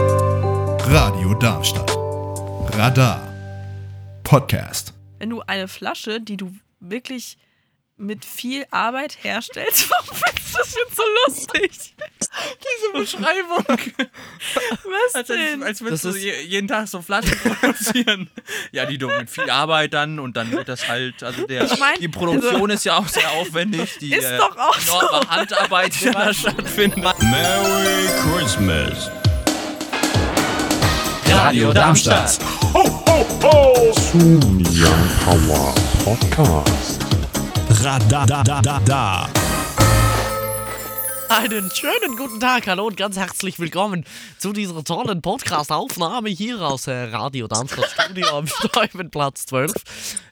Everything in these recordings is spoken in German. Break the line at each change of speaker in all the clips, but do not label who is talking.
Radio Darmstadt. Radar. Podcast.
Wenn du eine Flasche, die du wirklich mit viel Arbeit herstellst, warum findest du das jetzt so lustig?
Diese Beschreibung.
Was
Als, hättest-
denn?
als würdest
Das
du
ist-
je- jeden Tag so Flaschen produzieren. ja, die du mit viel Arbeit dann und dann wird das halt, also der,
Ich mein, also
die Produktion ist ja auch sehr aufwendig. Die,
Ist
äh,
doch auch so.
enorme Handarbeit, die da stattfindet.
Merry Christmas.
Radio Darmstadt.
Radar. Da, da, da, da.
Einen schönen guten Tag, hallo und ganz herzlich willkommen zu dieser tollen Podcast-Aufnahme hier aus äh, Radio Darmstadt Studio am Steubenplatz 12.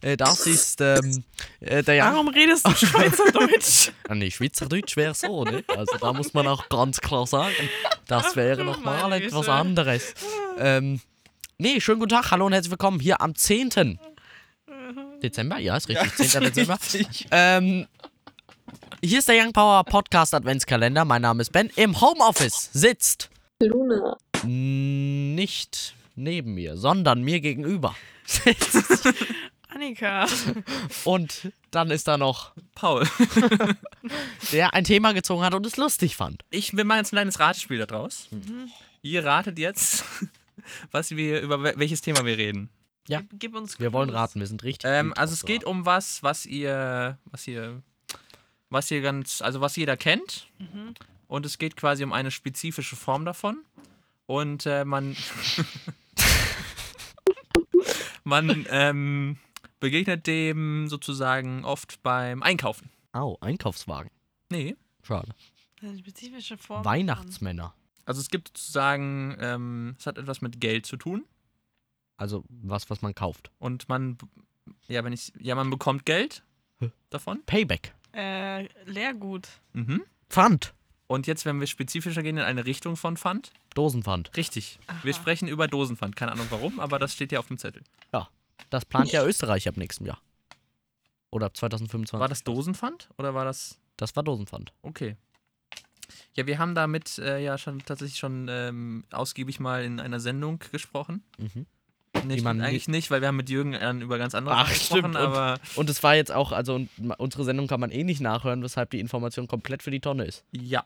Äh, das ist ähm, äh, der Jan.
Warum redest du Schweizerdeutsch?
Ah, Nee, Schweizerdeutsch wäre so, ne? Also da muss man auch ganz klar sagen,
Ach
das wäre
du
nochmal
meine
etwas
Güte.
anderes. Ähm, nee, schönen guten Tag, hallo und herzlich willkommen hier am 10. Dezember, ja, ist richtig, 10. Dezember. Ähm, hier ist der Young Power Podcast Adventskalender. Mein Name ist Ben. Im Homeoffice sitzt
Luna.
nicht neben mir, sondern mir gegenüber. sitzt.
Annika.
und dann ist da noch
Paul,
der ein Thema gezogen hat und es lustig fand.
ich, wir machen jetzt ein kleines Ratespiel da draus.
Mhm.
Ihr ratet jetzt, was wir, über wel- welches Thema wir reden.
Gib uns
Wir wollen
Clues.
raten, wir sind richtig.
Ähm,
gut
also
drauf
es geht
geraten.
um was, was ihr, was ihr, was ihr ganz, also was jeder kennt.
Mhm.
Und es geht quasi um eine spezifische Form davon. Und äh, man, man ähm, begegnet dem sozusagen oft beim Einkaufen.
Au, Einkaufswagen.
Nee.
Schade.
Eine spezifische Form.
Weihnachtsmänner.
Also es gibt sozusagen, ähm, es hat etwas mit Geld zu tun.
Also was, was man kauft.
Und man, ja, wenn ich, ja, man bekommt Geld
Hä?
davon.
Payback.
Äh, Leergut.
Mhm.
Pfand.
Und jetzt, wenn wir spezifischer gehen in eine Richtung von Pfand,
Dosenpfand.
Richtig. Wir sprechen über Dosenpfand. Keine Ahnung warum, aber das steht ja auf dem Zettel.
Das plant ja Österreich ab nächstem Jahr. Oder ab 2025.
War das Dosenpfand oder war das.
das war Dosenpfand.
Okay. Ja, wir haben damit äh, ja schon tatsächlich schon ähm, ausgiebig mal in einer Sendung gesprochen.
Mhm.
Nee,
Die man
stimmt eigentlich nicht, weil wir haben mit Jürgen dann über ganz andere
Ach,
Sachen gesprochen,
stimmt, und-
aber
Und es war jetzt auch, also und ma- unsere Sendung kann man eh nicht nachhören, weshalb die Information komplett für die Tonne ist.
ja.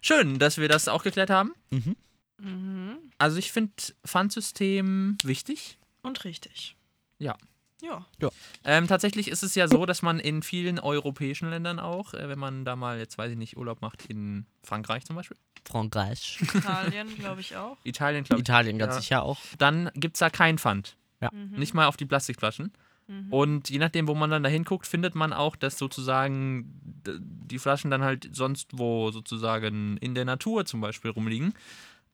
Schön, dass wir das auch geklärt haben.
Mhm.
Also ich finde Pfandsystem wichtig.
Und richtig.
Ja.
Ja.
Ähm, tatsächlich ist es ja so, dass man in vielen europäischen Ländern auch, äh, wenn man da mal, jetzt weiß ich nicht, Urlaub macht, in Frankreich zum Beispiel,
Frankreich.
Italien, glaube ich auch.
Italien, glaube ich,
Italien ganz
Ja.
sicher auch.
dann gibt es da kein Pfand.
Mhm.
Nicht mal auf die Plastikflaschen.
Mhm.
Und je nachdem, wo man dann da hinguckt, findet man auch, dass sozusagen d- die Flaschen dann halt sonst wo sozusagen in der Natur zum Beispiel rumliegen.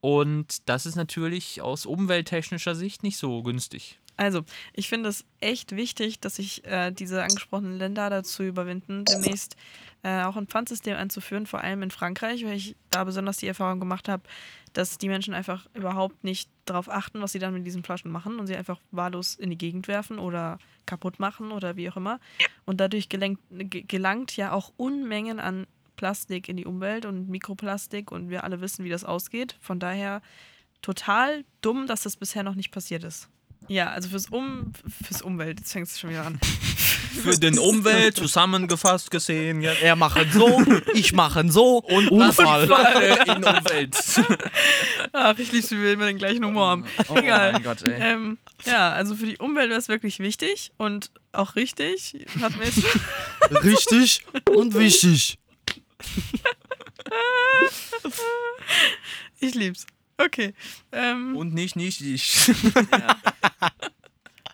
Und das ist natürlich aus umwelttechnischer Sicht nicht so günstig.
Also, ich finde es echt wichtig, dass sich äh, diese angesprochenen Länder dazu überwinden, demnächst äh, auch ein Pfandsystem einzuführen, vor allem in Frankreich, weil ich da besonders die Erfahrung gemacht habe, dass die Menschen einfach überhaupt nicht darauf achten, was sie dann mit diesen Flaschen machen und sie einfach wahllos in die Gegend werfen oder kaputt machen oder wie auch immer. Und dadurch gelenkt, ge- gelangt ja auch Unmengen an Plastik in die Umwelt und Mikroplastik und wir alle wissen, wie das ausgeht. Von daher total dumm, dass das bisher noch nicht passiert ist. Ja, also fürs Um fürs Umwelt, jetzt fängst du schon wieder an.
Für den Umwelt zusammengefasst gesehen, ja.
Er machen so, ich machen so und
in Umwelt.
Ach, ich lieb's, wie wir immer den gleichen Humor haben.
Oh
Egal.
mein Gott, ey.
Ähm, ja, also für die Umwelt wäre es wirklich wichtig und auch richtig. Hat mir jetzt
Richtig und wichtig.
ich lieb's. Okay. Ähm,
Und nicht, nicht ich.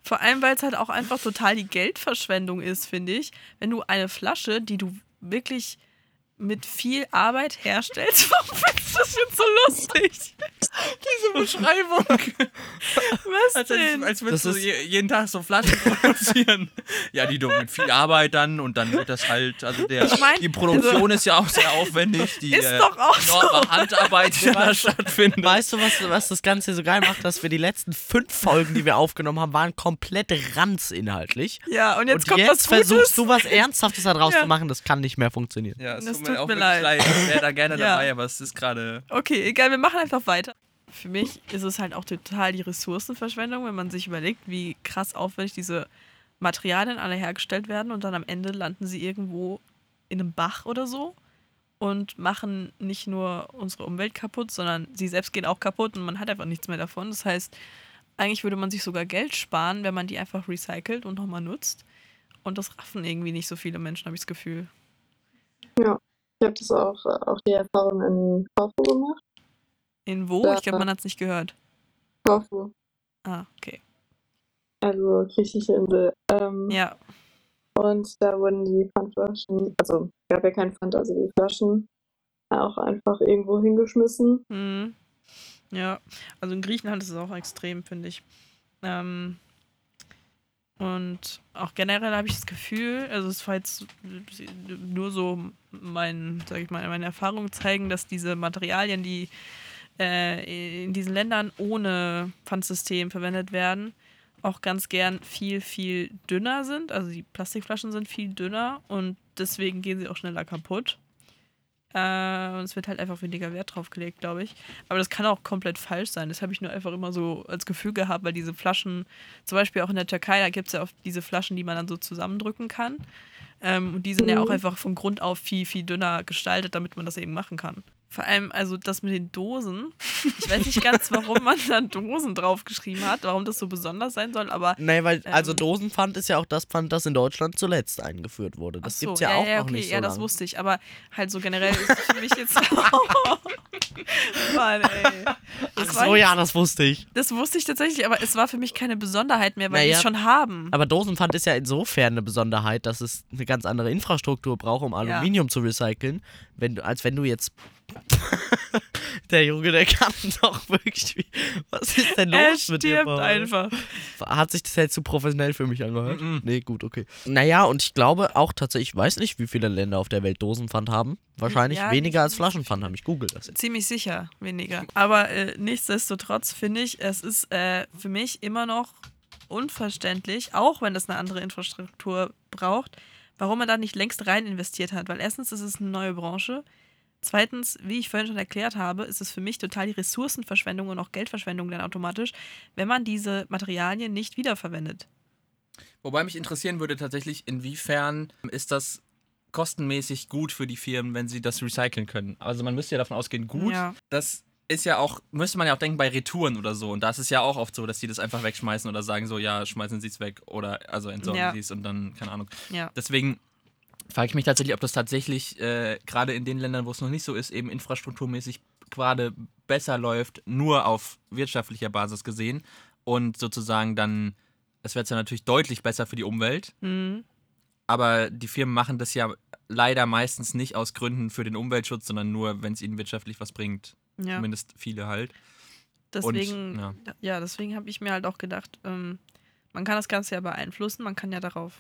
vor allem, weil es halt auch einfach total die Geldverschwendung ist, finde ich. Wenn du eine Flasche, die du wirklich mit viel Arbeit herstellst, warum findest du das jetzt so lustig?
Diese Beschreibung.
Was
Als, als,
denn?
als
Das
würdest du
ist-
je- jeden Tag so Flaschen produzieren. ja, die doch mit viel Arbeit dann und dann wird das halt, also der,
Ich mein, also
die Produktion ist ja auch sehr aufwendig, die
Ist
äh,
doch auch so.
enorme Handarbeit, die da stattfindet.
Weißt du, was, was das Ganze so geil macht? Dass wir die letzten fünf Folgen, die wir aufgenommen haben, waren komplett ranz inhaltlich.
ja, und jetzt
und
kommt
jetzt
was Gutes.
versuchst du was Ernsthaftes daraus
Ja.
zu machen, das kann nicht mehr funktionieren.
Ja, es
Das
tut
tut
mir auch
mir
wirklich leid.
leid.
Ich wäre da gerne
Ja.
dabei, aber es ist gerade.
Okay, egal, wir machen einfach weiter. Für mich ist es halt auch total die Ressourcenverschwendung, wenn man sich überlegt, wie krass aufwendig diese Materialien alle hergestellt werden und dann am Ende landen sie irgendwo in einem Bach oder so und machen nicht nur unsere Umwelt kaputt, sondern sie selbst gehen auch kaputt und man hat einfach nichts mehr davon. Das heißt, eigentlich würde man sich sogar Geld sparen, wenn man die einfach recycelt und nochmal nutzt. Und das raffen irgendwie nicht so viele Menschen, habe ich das Gefühl.
Ich habe das auch, äh, auch die Erfahrung in Korfu gemacht.
In wo? Ich glaube, man hat es nicht gehört.
Korfu,
Ah, okay.
also griechische Insel. Ähm,
Ja,
Und da wurden die Pfandflaschen, also es gab ja kein Pfand, also die Flaschen auch einfach irgendwo hingeschmissen.
Mhm. Ja, also in Griechenland ist es auch extrem, finde ich. Ähm, und auch generell habe ich das Gefühl, also es war jetzt nur so mein, sag ich mal, meine Erfahrung zeigen, dass diese Materialien, die äh, in diesen Ländern ohne Pfandsystem verwendet werden, auch ganz gern viel, viel dünner sind. Also die Plastikflaschen sind viel dünner und deswegen gehen sie auch schneller kaputt. Äh, und es wird halt einfach weniger Wert drauf gelegt, glaube ich. Aber das kann auch komplett falsch sein. Das habe ich nur einfach immer so als Gefühl gehabt, weil diese Flaschen, zum Beispiel auch in der Türkei, da gibt es ja oft diese Flaschen, die man dann so zusammendrücken kann. Ähm, und die sind ja auch
Mhm.
einfach von Grund auf viel, viel dünner gestaltet, damit man das eben machen kann. Vor allem, also das mit den Dosen. Ich weiß nicht ganz, warum man da Dosen draufgeschrieben hat, warum das so besonders sein soll, aber
Nee, weil, also
Ähm.
Dosenpfand ist ja auch das Pfand, das in Deutschland zuletzt eingeführt wurde. Das
Ach so,
gibt's ja, auch noch nicht so
Ja, das
lange.
wusste ich, aber halt so generell ist für mich jetzt. Mann, ey. Das
Ach
war
so,
jetzt-
ja, das wusste ich.
Das wusste ich tatsächlich, aber es war für mich keine Besonderheit mehr, weil wir
Naja.
es schon haben.
Mhm. Aber Dosenpfand ist ja insofern eine Besonderheit, dass es eine ganz andere Infrastruktur braucht, um
Ja.
Aluminium zu recyceln, wenn du, als wenn du jetzt. der Junge, der kann doch wirklich. wie- Was ist denn los
Er
mit dir?
stirbt
Paul?
einfach.
Hat sich das jetzt zu professionell für mich angehört? Nee, gut, okay. Naja, und ich glaube auch tatsächlich, ich weiß nicht, wie viele Länder auf der Welt Dosenpfand haben. Wahrscheinlich
Ja, nicht-
weniger als
nicht so
Flaschenpfand haben. Ich google das jetzt.
Ziemlich sicher weniger. Aber äh, nichtsdestotrotz finde ich, es ist äh, für mich immer noch unverständlich, auch wenn das eine andere Infrastruktur braucht, warum man da nicht längst rein investiert hat. Weil erstens ist es eine neue Branche. Zweitens, wie ich vorhin schon erklärt habe, ist es für mich total die Ressourcenverschwendung und auch Geldverschwendung dann automatisch, wenn man diese Materialien nicht wiederverwendet.
Wobei mich interessieren würde tatsächlich, inwiefern ist das kostenmäßig gut für die Firmen, wenn sie das recyceln können. Also man müsste ja davon ausgehen, gut,
Ja.
das ist ja auch, müsste man ja auch denken bei Retouren oder so. Und da ist es ja auch oft so, dass die das einfach wegschmeißen oder sagen so, ja, schmeißen sie es weg oder also entsorgen
Ja.
sie es und dann, keine Ahnung.
Ja.
Deswegen frage ich mich tatsächlich, ob das tatsächlich äh, gerade in den Ländern, wo es noch nicht so ist, eben infrastrukturmäßig gerade besser läuft, nur auf wirtschaftlicher Basis gesehen. Und sozusagen dann, es wird ja natürlich deutlich besser für die Umwelt,
Mhm.
aber die Firmen machen das ja leider meistens nicht aus Gründen für den Umweltschutz, sondern nur, wenn es ihnen wirtschaftlich was bringt.
Ja.
Zumindest viele halt.
Deswegen,
ja.
ja. deswegen habe ich mir halt auch gedacht, ähm, man kann das Ganze ja beeinflussen, man kann ja darauf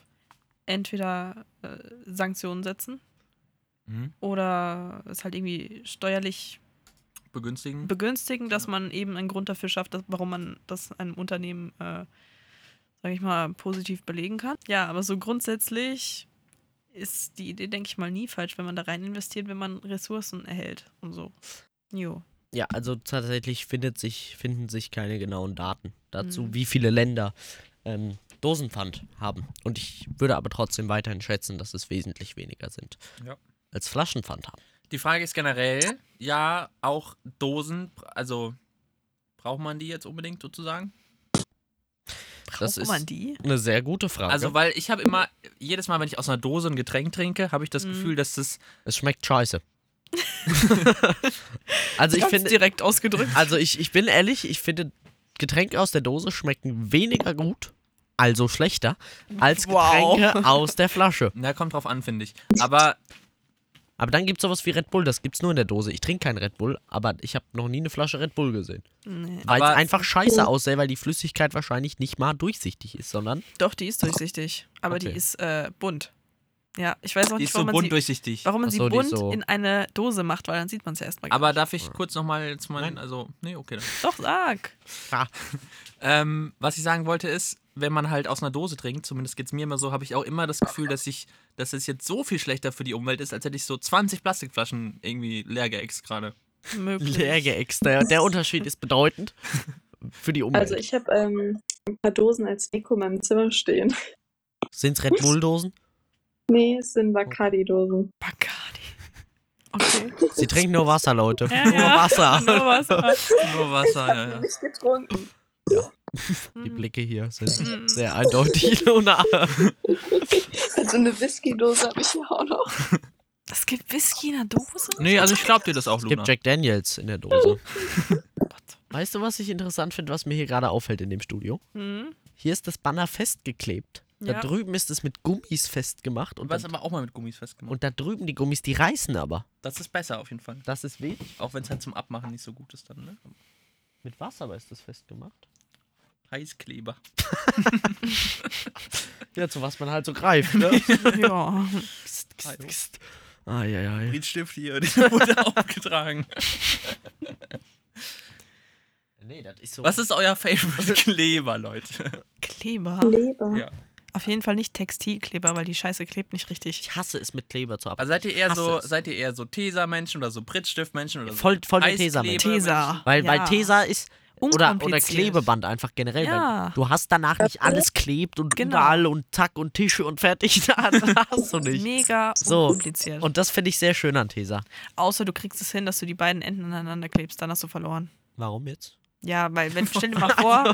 entweder äh, Sanktionen setzen
Mhm.
oder es halt irgendwie steuerlich
Begünstigen.
begünstigen, dass man eben einen Grund dafür schafft, dass, warum man das einem Unternehmen, äh, sage ich mal, positiv belegen kann. Ja, aber so grundsätzlich ist die Idee, denke ich mal, nie falsch, wenn man da rein investiert, wenn man Ressourcen erhält und so. Jo.
Ja, also tatsächlich findet sich, finden sich keine genauen Daten dazu,
Mhm.
wie viele Länder ähm, Dosenpfand haben. Und ich würde aber trotzdem weiterhin schätzen, dass es wesentlich weniger sind
Ja.
als Flaschenpfand haben.
Die Frage ist generell, ja, auch Dosen, also braucht man die jetzt unbedingt sozusagen?
Das
Braucht
ist-
man die?
Eine sehr gute Frage.
Also, weil ich habe immer, jedes Mal, wenn ich aus einer Dose ein Getränk trinke, habe ich das
Mhm.
Gefühl, dass das.
es schmeckt scheiße. also ich
Ganz
finde,
direkt ausgedrückt.
also ich, ich bin ehrlich, ich finde Getränke aus der Dose schmecken weniger gut, also schlechter, als
Wow.
Getränke aus der Flasche.
Na, kommt drauf an, finde ich. Aber
Aber dann gibt es sowas wie Red Bull, das gibt's nur in der Dose. Ich trinke keinen Red Bull, aber ich habe noch nie eine Flasche Red Bull gesehen.
Nee.
Weil es
Aber-
einfach scheiße aussah, weil die Flüssigkeit wahrscheinlich nicht mal durchsichtig ist, sondern
Doch, die ist durchsichtig. Aber die
Okay.
ist äh, bunt. Ja, ich weiß auch nicht,
Die ist so
warum man
bunt
sie,
durchsichtig.
warum man
Ach so,
sie
die ist
bunt
so-
in eine Dose macht, weil dann sieht man es ja erstmal. gar
Aber
nicht.
darf ich kurz nochmal jetzt meinen, also, nee, okay. Dann.
Doch, sag.
ah,
Ähm, was ich sagen wollte ist, wenn man halt aus einer Dose trinkt, zumindest geht es mir immer so, habe ich auch immer das Gefühl, dass ich, dass es jetzt so viel schlechter für die Umwelt ist, als hätte ich so 20 Plastikflaschen irgendwie leer geäxt gerade.
Möglich.
leergeäxt. Der, der Unterschied ist bedeutend für die Umwelt.
Also ich habe ähm, ein paar Dosen als Deko in meinem Zimmer stehen.
Sind es Red Bull-Dosen?
Nee, es sind Bacardi-Dosen.
Bacardi. Okay.
Sie trinken nur Wasser, Leute.
Ja,
nur
ja.
Wasser.
Nur Wasser.
Nur Wasser, ja, ja.
Nicht getrunken.
Genau.
Die
Hm.
Blicke hier sind
Mhm.
sehr eindeutig. Luna.
Also eine Whisky-Dose habe ich ja auch noch.
Es gibt Whisky in einer Dose?
Nee, also ich glaub dir das auch,
Es
Luna.
gibt Jack Daniels in der Dose. weißt du, was ich interessant finde, was mir hier gerade auffällt in dem Studio?
Hm?
Hier ist das Banner festgeklebt. Da
Ja.
drüben ist es mit Gummis festgemacht. Und,
Was
da,
aber auch mal mit Gummis festgemacht.
und da drüben die Gummis, die reißen aber.
Das ist besser auf jeden Fall.
Das ist wenig.
Auch wenn es halt zum Abmachen nicht so gut ist dann, ne?
Mit was aber ist das festgemacht?
Heißkleber.
Ja, zu was man halt so greift, ne?
Ja.
kst, kst, kst. Ah, ja, ja, ja.
Briefstift hier, der wurde aufgetragen.
Nee, das ist so.
Was ist euer Favorite Kleber, Leute?
Kleber.
Leber.
Ja.
Auf jeden Fall nicht Textilkleber, weil die Scheiße klebt nicht richtig.
Ich hasse es, mit Kleber zu arbeiten.
Also seid ihr eher
Ich hasse
so,
es.
seid ihr eher so Tesa-Menschen oder so Prittstift-Menschen oder so
Voll- voll der Tesa-Mensch.
Eiskleber-Menschen?
Tesa.
Weil, weil
Ja.
Tesa ist. Oder, oder
Unkompliziert.
Klebeband einfach generell.
Ja.
Weil du hast danach nicht alles klebt und
Genau.
überall und Tack und Tische und fertig. Da hast du nicht.
Mega
So.
unkompliziert.
Und das finde ich sehr schön an Tesa.
Außer du kriegst es hin, dass du die beiden Enden aneinander klebst, dann hast du verloren.
Warum jetzt?
Ja, weil wenn, stell dir mal vor,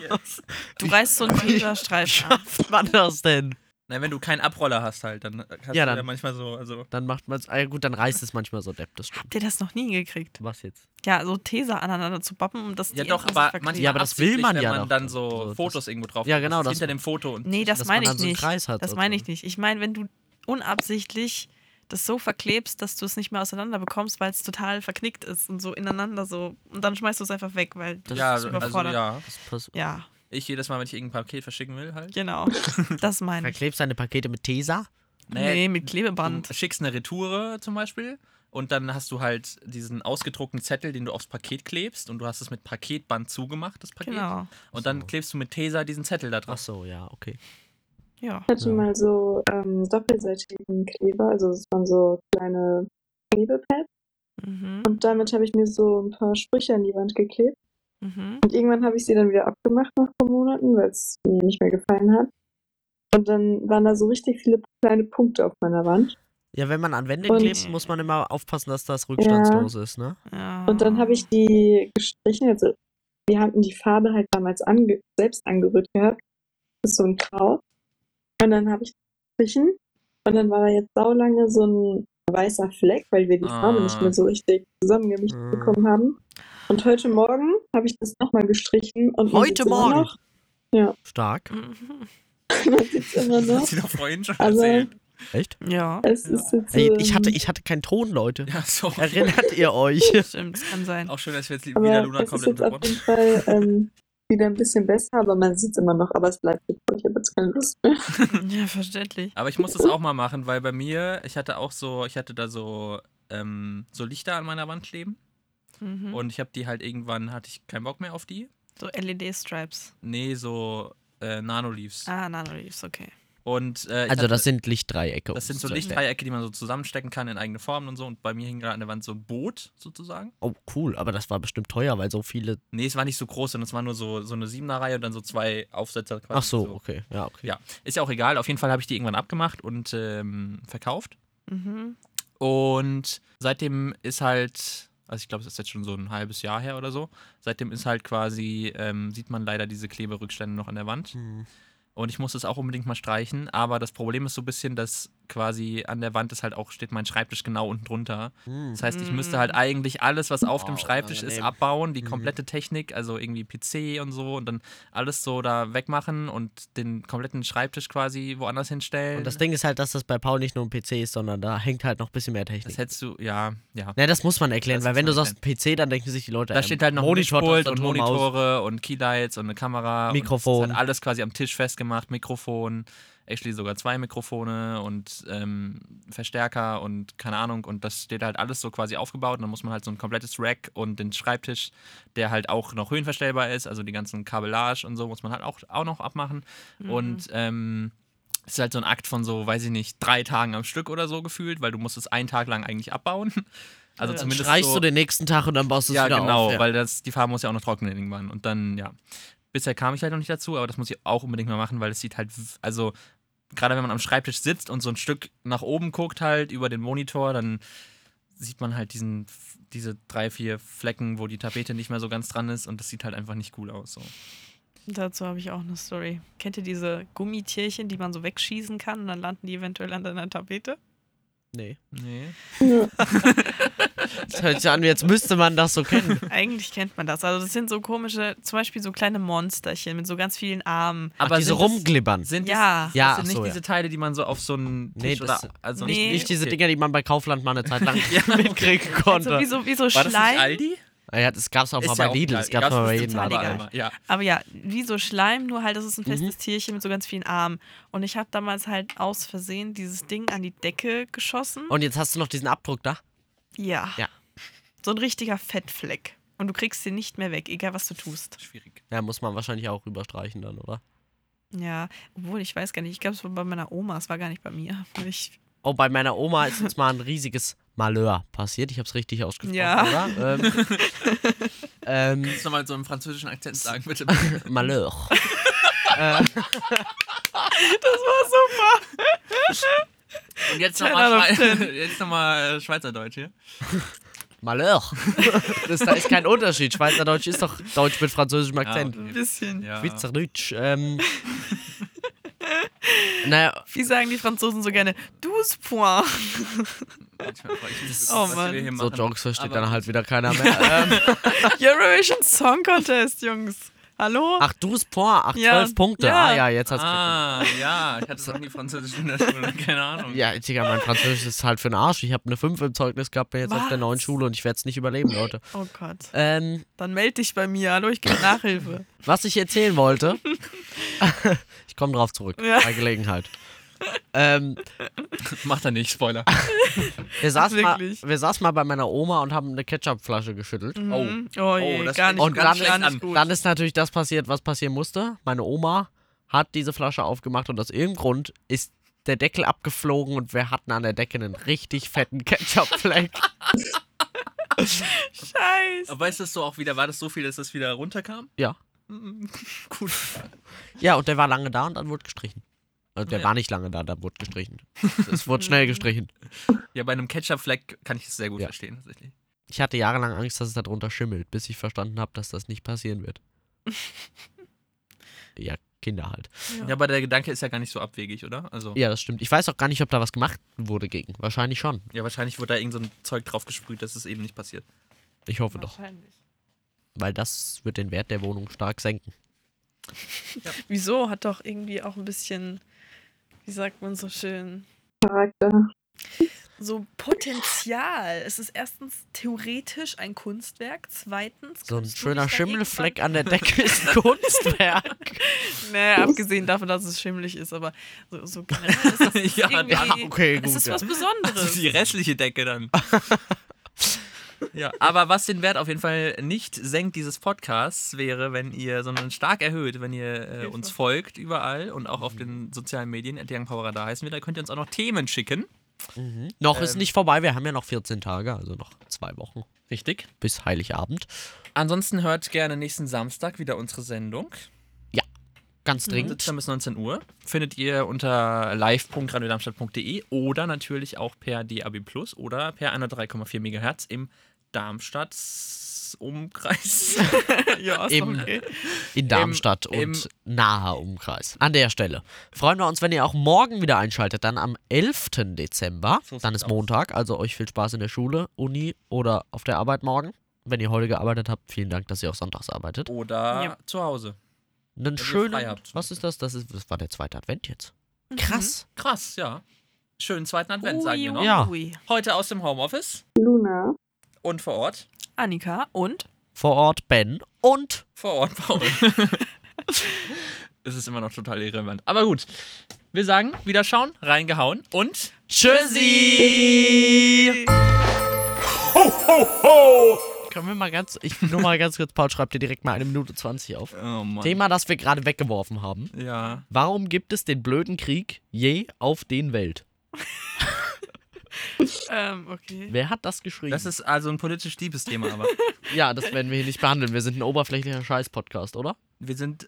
du reißt so einen Teserstreifen ab.
Wann das denn?
Nein, wenn du keinen Abroller hast halt, dann hast
Ja,
du
dann-
ja manchmal so, also
Dann macht man es. Ah, ja, gut, dann reißt es manchmal so depp, das stimmt.
Habt ihr das noch nie gekriegt?
Was jetzt?
Ja, so Teser aneinander zu bappen und das
ja doch, aber manchmal
Ja, aber das will
absichtlich,
man
wenn
ja doch
man dann
dann.
so
So, das-
Fotos irgendwo drauf.
Ja,
macht,
genau,
das
das-
hinter dem Foto und
Nee, das
dass
meine
man
ich
dann so einen
nicht.
Kreis hat
das
oder
meine
so.
ich nicht. Ich meine, wenn du unabsichtlich das so verklebst, dass du es nicht mehr auseinander bekommst, weil es total verknickt ist und so ineinander so und dann schmeißt du es einfach weg, weil das
ja,
ist
also
überfordert.
ja,
Das pass-
ja.
ich jedes Mal, wenn ich irgendein Paket verschicken will halt.
genau. Das meine ich.
Verklebst deine Pakete mit Tesa?
Naja,
nee, mit
Du
Klebeband.
schickst eine Retoure zum Beispiel und dann hast du halt diesen ausgedruckten Zettel, den du aufs Paket klebst und du hast es mit Paketband zugemacht, das Paket.
Genau.
Und dann
So.
klebst du mit Tesa diesen Zettel da drauf.
Achso, ja, okay.
Ja.
Ich hatte
Ja.
mal so ähm, doppelseitigen Kleber, also es waren so kleine Klebepads.
Mhm.
Und damit habe ich mir so ein paar Sprüche an die Wand geklebt.
Mhm.
Und irgendwann habe ich sie dann wieder abgemacht nach ein paar Monaten, weil es mir nicht mehr gefallen hat. Und dann waren da so richtig viele kleine Punkte auf meiner Wand.
Ja, wenn man an Wände
Und-
klebt, muss man immer aufpassen, dass das rückstandslos ist, ne?
Ja.
Und dann habe ich die gestrichen. Also wir hatten die Farbe halt damals ange selbst angerührt gehabt. Das ist so ein Kraut. Und dann habe ich gestrichen. Und dann war da jetzt saulange so ein weißer Fleck, weil wir die Farbe
Ah.
nicht mehr so richtig zusammengemischt
Ah.
bekommen haben. Und heute Morgen habe ich das nochmal gestrichen. Und man
Heute
sieht's immer
Morgen?
Noch,
Stark.
Mhm.
man sieht's immer
Das
noch.
hat sie doch vorhin schon
Also-
erzählt.
Echt?
Ja.
Es
ja.
ist jetzt
Ey, ich
ähm,
hatte, ich hatte keinen Ton, Leute.
Ja, so.
Erinnert ihr euch?
Stimmt, das kann sein.
Auch schön, dass wir jetzt
aber
wieder Luna
es ist
komplett
jetzt auf jeden
unterbrochen.
Fall ähm, wieder ein bisschen besser, aber man sieht es immer noch. Aber es bleibt jetzt, ich habe jetzt keine Lust mehr.
Ja, verständlich.
Aber ich muss das auch mal machen, weil bei mir, ich hatte auch so, ich hatte da so, ähm, so Lichter an meiner Wand kleben
Mhm.
und ich habe die halt irgendwann, hatte ich keinen Bock mehr auf die.
So E LED-Stripes.
Nee, so äh, Nanoleaves.
Ah, Nanoleaves, okay.
Und, äh, ich
Also,
hatte-
das sind Lichtdreiecke.
Das sind so
um es zu erklären.
Lichtdreiecke, die man so zusammenstecken kann in eigene Formen und so. Und bei mir hing gerade an der Wand so ein Boot sozusagen.
Oh, cool, aber das war bestimmt teuer, weil so viele.
Nee, es war nicht so groß, sondern es war nur so, so eine Siebener-Reihe und dann so zwei Aufsätze. quasi
Ach so, okay. Ja, okay.
Ja, ist ja auch egal. Auf jeden Fall habe ich die irgendwann abgemacht und ähm, verkauft.
Mhm.
Und seitdem ist halt, also ich glaube, es ist jetzt schon so ein halbes Jahr her oder so. Seitdem ist halt quasi, ähm, sieht man leider diese Kleberückstände noch an der Wand.
Hm.
Und ich muss das auch unbedingt mal streichen. Aber das Problem ist so ein bisschen, dass quasi an der Wand ist halt auch, steht mein Schreibtisch genau unten drunter.
Mhm.
Das heißt, ich müsste halt eigentlich alles, was auf dem
Wow,
Schreibtisch ist,
angenehm.
abbauen,
Mhm.
die komplette Technik, also irgendwie PC und so und dann alles so da wegmachen und den kompletten Schreibtisch quasi woanders hinstellen.
Und das Ding ist halt, dass das bei Paul nicht nur ein PC ist, sondern da hängt halt noch ein bisschen mehr Technik.
das hättest du, ja, ja.
Ne, das muss man erklären,
Das
weil
muss
wenn du
man
sagst PC, dann denken sich die Leute,
Da
ähm,
steht halt noch
Monitor,
ein Mischpult und
Tastatur, Maus.
Monitore und Keylights und eine Kamera. Und
Mikrofon.
das ist halt alles quasi am Tisch festgemacht. Mikrofon, actually sogar zwei Mikrofone und ähm, Verstärker und keine Ahnung. Und das steht halt alles so quasi aufgebaut. Und dann muss man halt so ein komplettes Rack und den Schreibtisch, der halt auch noch höhenverstellbar ist. Also die ganzen Kabellage und so muss man halt auch, auch noch abmachen.
Mhm.
Und ähm, es ist halt so ein Akt von so, weiß ich nicht, drei Tagen am Stück oder so gefühlt, weil du musst es einen Tag lang eigentlich abbauen. Also
Dann
zumindest
streichst
so,
du den nächsten Tag und dann baust du es
ja,
wieder
genau,
auf. ja.
weil das, die Farbe muss ja auch noch trocknen irgendwann. Und dann, ja. Bisher kam ich halt noch nicht dazu, aber das muss ich auch unbedingt mal machen, weil es sieht halt, w- also gerade wenn man am Schreibtisch sitzt und so ein Stück nach oben guckt, halt über den Monitor, dann sieht man halt diesen, diese drei, vier Flecken, wo die Tapete nicht mehr so ganz dran ist und das sieht halt einfach nicht cool aus. So.
Dazu habe ich auch eine Story. Kennt ihr diese Gummitierchen, die man so wegschießen kann und dann landen die eventuell an deiner Tapete?
Nee.
Nee.
Das hört sich an, wie jetzt müsste man das so kennen.
Eigentlich kennt man das. Also das sind so komische, zum Beispiel so kleine Monsterchen mit so ganz vielen Armen.
Aber diese
sind das-
rumglibbern.
Sind
Ja.
das,
Ja,
das sind
ach
nicht
so, ja.
diese Teile, die man so auf so einen Tisch
Nee, das-
oder also
nicht-
nicht diese
okay.
Dinger, die man bei Kaufland mal eine Zeit lang
Ja, okay.
mitkriegen
So
konnte.
Also wie so, wie so
War das nicht
Schleim.
Aldi?
ja, das gab's auch mal
Ist
bei
ja auch
Lidl,
egal.
das gab's
Gab's
mal bei
das
jedem
total
Laden.
egal.
Aber, ja.
Aber ja, wie so Schleim, nur halt, das ist ein festes Tierchen mit so ganz vielen Armen. Und ich habe damals halt aus Versehen dieses Ding an die Decke geschossen.
Und jetzt hast du noch diesen Abdruck da.
ja.
Ja.
So ein richtiger Fettfleck. Und du kriegst den nicht mehr weg, egal was du tust.
Schwierig.
Ja, muss man wahrscheinlich auch rüberstreichen dann, oder?
Ja, obwohl ich weiß gar nicht. Ich glaube, es war bei meiner Oma, es war gar nicht bei mir. Ich,
Oh, bei meiner Oma ist uns mal ein riesiges Malheur passiert. Ich hab's richtig ausgesprochen,
Ja.
oder? Ähm, ähm,
Kannst du nochmal so einen französischen Akzent sagen, bitte?
Malheur. Äh.
Und jetzt
Ten out of
nochmal jetzt noch mal Schweizerdeutsch hier.
Malheur. das, da ist kein Unterschied. Schweizerdeutsch ist doch Deutsch mit französischem Akzent.
okay.
ein bisschen.
Ja.
Schweizerdeutsch. Ähm, naja,
Wie sagen die Franzosen so gerne? 12 points.
Manchmal frage ich mich,
Oh
was wir
Mann.
hier
so
machen.
Jokes versteht
Aber
dann halt wieder keiner mehr. ähm,
Eurovision Song Contest, Jungs. Hallo?
ach, du ist Point. Ach,
Ja.
zwölf Punkte.
Ja.
Ah ja, jetzt hat's ah.
Ah, ja, ich hatte es noch nie Französisch in der Schule, keine Ahnung.
Ja, Digga, mein Französisch ist halt für den Arsch. Ich habe eine 5 im Zeugnis gehabt, bin jetzt auf der
Was?
neuen Schule und ich werde es nicht überleben, Leute.
Oh Gott.
Ähm,
Dann melde dich bei mir. Hallo, ich gebe Nachhilfe.
was ich erzählen wollte, ich komme drauf zurück,
Ja.
bei Gelegenheit. Ähm,
Macht er nicht, Spoiler.
wir, saßen mal,
Wirklich?
wir saßen mal bei meiner Oma und haben eine Ketchupflasche geschüttelt.
Oh.
Oh je,
Oh, das
gar
fängt
nicht gut.
Und dann,
ganz
gar
schlecht
nicht
an.
gut.
dann ist natürlich das passiert, was passieren musste. Meine Oma hat diese Flasche aufgemacht und aus irgendeinem Grund ist der Deckel abgeflogen und wir hatten an der Decke einen richtig fetten Ketchupfleck.
Scheiße.
Aber weißt du, so auch wieder, war das so viel, dass das wieder runterkam?
ja.
Gut.
Ja, und der war lange da und dann wurde gestrichen. Also der
Ja.
war nicht lange da, da wurde gestrichen. Es wurde schnell gestrichen.
Ja, bei einem Ketchup-Fleck kann ich das sehr gut
Ja.
verstehen, tatsächlich.
Ich hatte jahrelang Angst, dass es da drunter schimmelt, bis ich verstanden habe, dass das nicht passieren wird. ja, Kinder halt.
Ja, aber der Gedanke ist ja gar nicht so abwegig, oder? Also, ja,
Ja, das stimmt. Ich weiß auch gar nicht, ob da was gemacht wurde gegen. Wahrscheinlich schon.
wahrscheinlich wurde da irgend so ein Zeug drauf gesprüht, dass es eben nicht passiert.
Ich hoffe doch. Weil das wird den Wert der Wohnung stark senken.
Wieso? Hat doch irgendwie auch ein bisschen, wie sagt man so schön,
Charakter.
so Potenzial. Es ist erstens theoretisch ein Kunstwerk, zweitens.
So ein
kannst du eh
schöner
dich da
Schimmelfleck an der Decke ist ein Kunstwerk.
irgendwann- Nee, abgesehen davon, dass es schimmelig ist, aber so, so generell ist es
Ja,
irgendwie,
da-
okay,
Es
gut,
ist
ja.
was Besonderes.
Die restliche Decke dann. ja, aber was den Wert auf jeden Fall nicht senkt dieses Podcasts wäre, wenn ihr, sondern stark erhöht, wenn ihr äh, uns folgt überall und auch auf den sozialen Medien, at Power da heißen wir, da könnt ihr uns auch noch Themen schicken.
Noch ist nicht vorbei, wir haben ja noch 14 Tage, also noch zwei Wochen
Richtig.
bis Heiligabend.
Ansonsten hört gerne nächsten Samstag wieder unsere Sendung.
Ganz dringend.
Sitzt dann bis 19 Uhr. Findet ihr unter live.radiodarmstadt.de oder natürlich auch per DAB Plus oder per einer 3,4 MHz im Darmstadt Umkreis.
ja, ist
Eben.
doch okay.
In Darmstadt
im-
und naher Umkreis. An der Stelle. Freuen wir uns, wenn ihr auch morgen wieder einschaltet, dann am 11. Dezember.
So
dann
sieht's
ist Montag, also euch viel Spaß in der Schule, Uni oder auf der Arbeit morgen. Wenn ihr heute gearbeitet habt, vielen Dank, dass ihr auch sonntags arbeitet.
Oder
Ja.
zu Hause.
Einen
ihr
schönen.
frei habt. Mhm.
Was ist das? Das, ist, das war der zweite Advent jetzt. Krass.
Krass, ja. Schönen zweiten Advent, sagen
Mhm. Ui,
wir noch.
ui,
Ja.
ui.
Heute aus dem Homeoffice
Luna.
und vor Ort.
Annika und
Vor Ort Ben und
Vor Ort, Paul. es ist immer noch total irrelevant. Aber gut, wir sagen, wieder schauen, reingehauen und
Tschüssi!
Ho, ho, ho!
Können wir mal ganz. Ich nur mal ganz kurz, Paul, schreibt dir direkt mal eine Minute 20 auf.
Oh Mann.
Thema, das wir gerade weggeworfen haben.
Ja.
Warum gibt es den blöden Krieg je auf den Welt?
ähm, okay.
Wer hat das geschrieben?
Das ist also ein politisch liebes Thema, aber
ja, das werden wir hier nicht behandeln. Wir sind ein oberflächlicher Scheiß-Podcast, oder?
wir sind,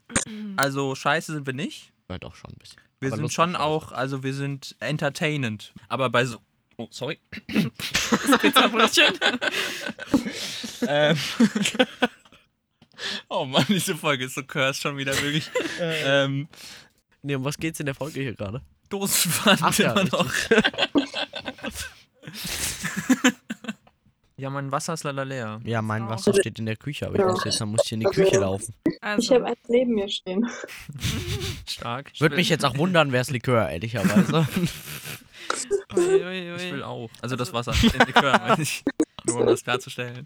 also scheiße sind wir nicht.
Ja, doch schon ein bisschen.
Wir
Aber
sind
lustig
schon
scheiße.
auch, also wir sind entertainend. Aber bei so. Oh, sorry.
Pizzabrötchen.
ähm. oh Mann, diese Folge ist so cursed schon wieder wirklich.
Äh.
ähm,
Nee, um was geht's in der Folge hier gerade?
Dosenpfand
Ach ja,
immer noch. ja, mein Wasser ist leider leer.
Ja, mein
Auch.
Wasser steht in der Küche, aber ich
Ja.
muss jetzt, dann muss ich in die Küche laufen.
Ich
Also,
habe eins neben mir stehen.
Stark. Ich
Würde
will-
mich jetzt auch wundern, wär's Likör, ehrlicherweise.
ui, ui, ui.
Also-
Ich will auch. Also das Wasser. in Likör, meine ich. Nur um das klarzustellen.